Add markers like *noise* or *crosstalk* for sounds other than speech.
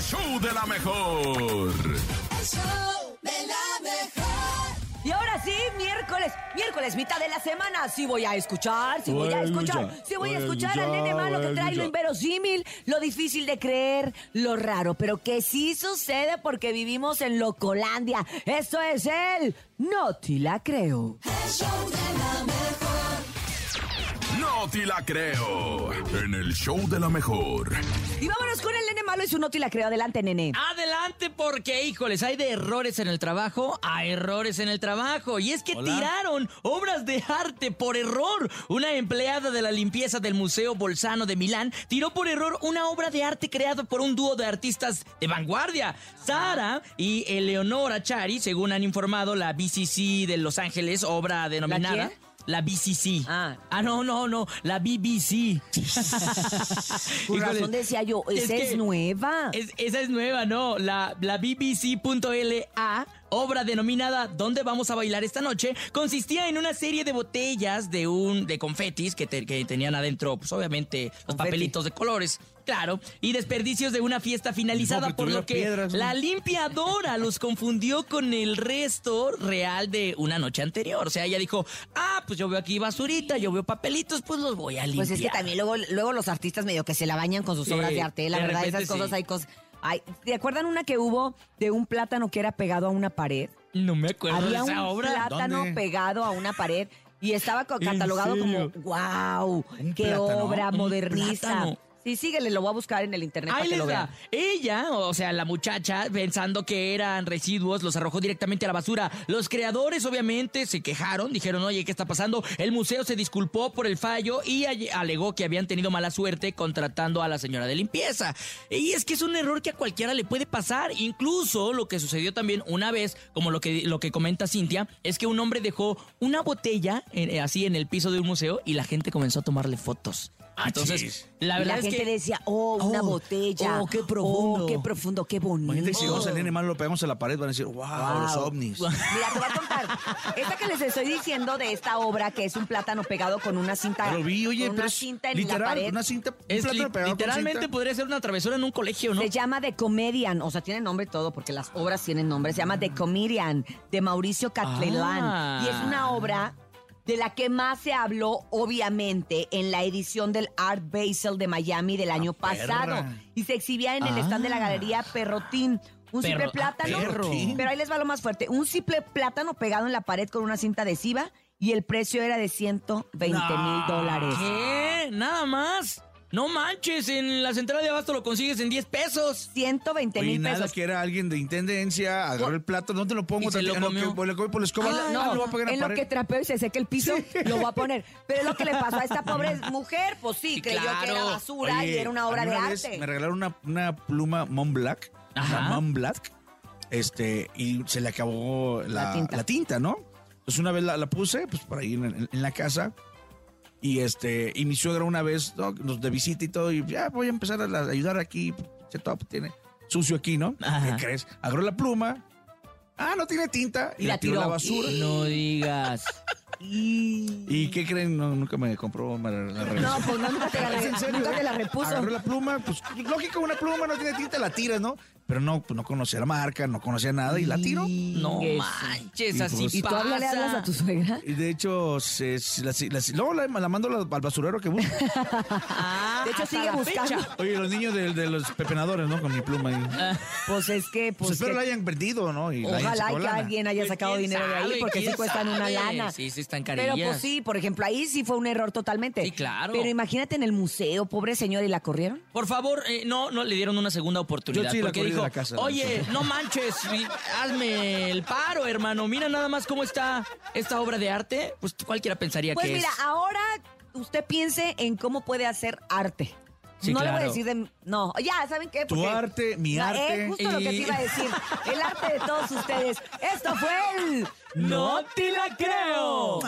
show de la mejor. Y ahora sí, miércoles, miércoles, mitad de la semana. Sí voy a escuchar, sí voy, Voy a a escuchar, escuchar, sí voy, a voy a escuchar, al nene escuchar, malo voy que a trae lo escuchar. inverosímil, lo difícil de creer, lo raro, pero que sí sucede porque vivimos en Locolandia. Esto es el No te la creo. No te la creo. En el show de la mejor. Y vámonos con el nene malo y su No te la creo. Adelante, nene. Ah, Adelante porque, híjoles, hay de errores en el trabajo a errores en el trabajo. Y es que tiraron obras de arte por error. Una empleada de la limpieza del Museo Bolzano de Milán tiró por error una obra de arte creada por un dúo de artistas de vanguardia. Sara y Eleonora Chari, según han informado la BCC de Los Ángeles, obra denominada... quién? ¿La, BCC. Ah. no, no, no. La BBC. *laughs* *laughs* Con Híjoles. razón decía yo, Es esa es, que- nueva. Es- esa es nueva, ¿no? La, la BBC.LA, obra denominada ¿Dónde vamos a bailar esta noche? Consistía en una serie de botellas de un de confetis que, te- que tenían adentro, pues obviamente, los Confeti. papelitos de colores. Claro, y desperdicios de una fiesta finalizada, que por lo tuviera que piedras, ¿no? la limpiadora los confundió con el resto real de una noche anterior. O sea, ella dijo, ah, pues yo veo aquí basurita, yo veo papelitos, pues los voy a limpiar. Pues es que también luego, luego los artistas medio que se la bañan con sus Sí, obras de arte. ¿eh? La de verdad, repente esas cosas sí. hay cosas. Ay, ¿Te acuerdan una que hubo de un plátano que era pegado a una pared? No me acuerdo de Había un esa obra. plátano ¿Dónde? pegado a una pared y estaba co- ¿En catalogado como, serio? wow, qué plátano? obra ¿Un modernista. plátano? Sí, síguele, lo voy a buscar en el internet para Ahí que lo les vean. da. Ella, o sea, la muchacha, pensando que eran residuos, los arrojó directamente a la basura. Los creadores, obviamente, se quejaron, dijeron, oye, ¿qué está pasando? El museo se disculpó por el fallo y alle- alegó que habían tenido mala suerte contratando a la señora de limpieza. Y es que es un error que a cualquiera le puede pasar. Incluso lo que sucedió también una vez, como lo que, lo que comenta Cintia, es que un hombre dejó una botella en- así en el piso de un museo y la gente comenzó a tomarle fotos. Entonces, la Ah, Y verdad la es gente que... decía, oh, una Oh, botella. oh, qué profundo. Oh, qué profundo, qué bonito. Imagínate que si Mm. vamos al nene malo lo pegamos a la pared, van a decir, wow, los Wow. ovnis. Mira, te voy a contar. Esta que les estoy diciendo de esta obra, que es un plátano pegado con una cinta. Lo vi, oye, con pero una es cinta en literal, la pared. una cinta, un Es plátano li- pegado con literalmente pues, cinta. podría ser una travesura en un colegio, ¿no? Se llama The Comedian, o sea, tiene nombre y todo, porque las obras tienen nombre. Se llama The Comedian, de Mauricio Catlelán. Ah. Y es una obra de la que más se habló, obviamente, en la edición del Art Basel de Miami del año pasado. perra. Y se exhibía en el Ah. stand de la galería Perrotín. Un Perro- simple ah, plátano. Perrotín. Pero ahí les va lo más fuerte. Un simple plátano pegado en la pared con una cinta adhesiva y el precio era de 120 mil dólares. ¿Qué? Nada más. No manches, en la central de abasto lo consigues en 10 pesos. 120 Oye, mil nada pesos. que era alguien de intendencia, agarró el plato, ¿dónde lo pongo? Y se Tati? lo Ah, no, comió. que- le cojo por la escoba. En lo- Ah, no, lo voy a pegar en en la lo que pared. trapeo y se seque el piso, lo voy a poner. Pero lo que le pasó a esta *laughs* pobre mujer, pues sí, Sí, creyó que era claro. basura y Oye, era una a obra mí de vez arte. Me regalaron una, una pluma Mont Black, Ajá. la Mont Black, este, y se le acabó la, La tinta. la ¿no? Entonces una vez la, la puse, pues por ahí en, en- en la casa, y este, y mi suegra una vez, ¿no? nos de visita y todo, y ya voy a empezar a, la- a ayudar aquí, se top, tiene sucio aquí, ¿no? Ajá. ¿Qué crees? Agarró la pluma, ah, no tiene tinta, y, Y la, la tiró a la tiró. basura. No digas. ¿Y qué creen? No, nunca me compró, me la- la regresó. No, pues no, nunca te *laughs* la, Es re- en serio, nunca ¿eh? te la repuso. Agarró la pluma, pues lógico, una pluma no tiene tinta, la tiras, ¿no? Pero no, pues no conocía la marca, no conocía nada y la *laughs* tiro. No Ingues. manches, Y así pues- ¿Y ¿Tú pasa. habla- le hablas a tu suegra? Y de hecho, se, se- la, la- luego la, la mando al basurero que busca. Ah, De hecho, hasta sigue la buscando. fecha. Oye, los niños de, de los pepenadores, ¿no? Con mi pluma. ahí. Pues es que, Pues pues. espero que- la hayan perdido, ¿no? Y la hayan Ojalá sacado que lana. alguien haya Pues, sacado ¿quién dinero de ahí, sabe? porque sí ¿Quién cuestan una sabe? lana. Sí, sí están Pero pues carillas. sí, por ejemplo, ahí sí fue un error totalmente. Sí, claro. Pero imagínate en el museo, pobre señor, ¿y la corrieron? Por favor, eh, no, no le dieron una segunda oportunidad. Yo sí la porque corrí de dijo, la casa. oye, no manches, y- hazme el paro, hermano. Mira nada más cómo está esta obra de arte. Pues cualquiera pensaría Pues que mira, es. ahora usted piense en cómo puede hacer arte. Sí, no le voy a claro. decir de... No, ya, ¿saben qué? Tu arte, mi No, arte. Es justo lo que te Y- iba a decir. El arte de todos ustedes. Esto fue el... ¡No te la creo!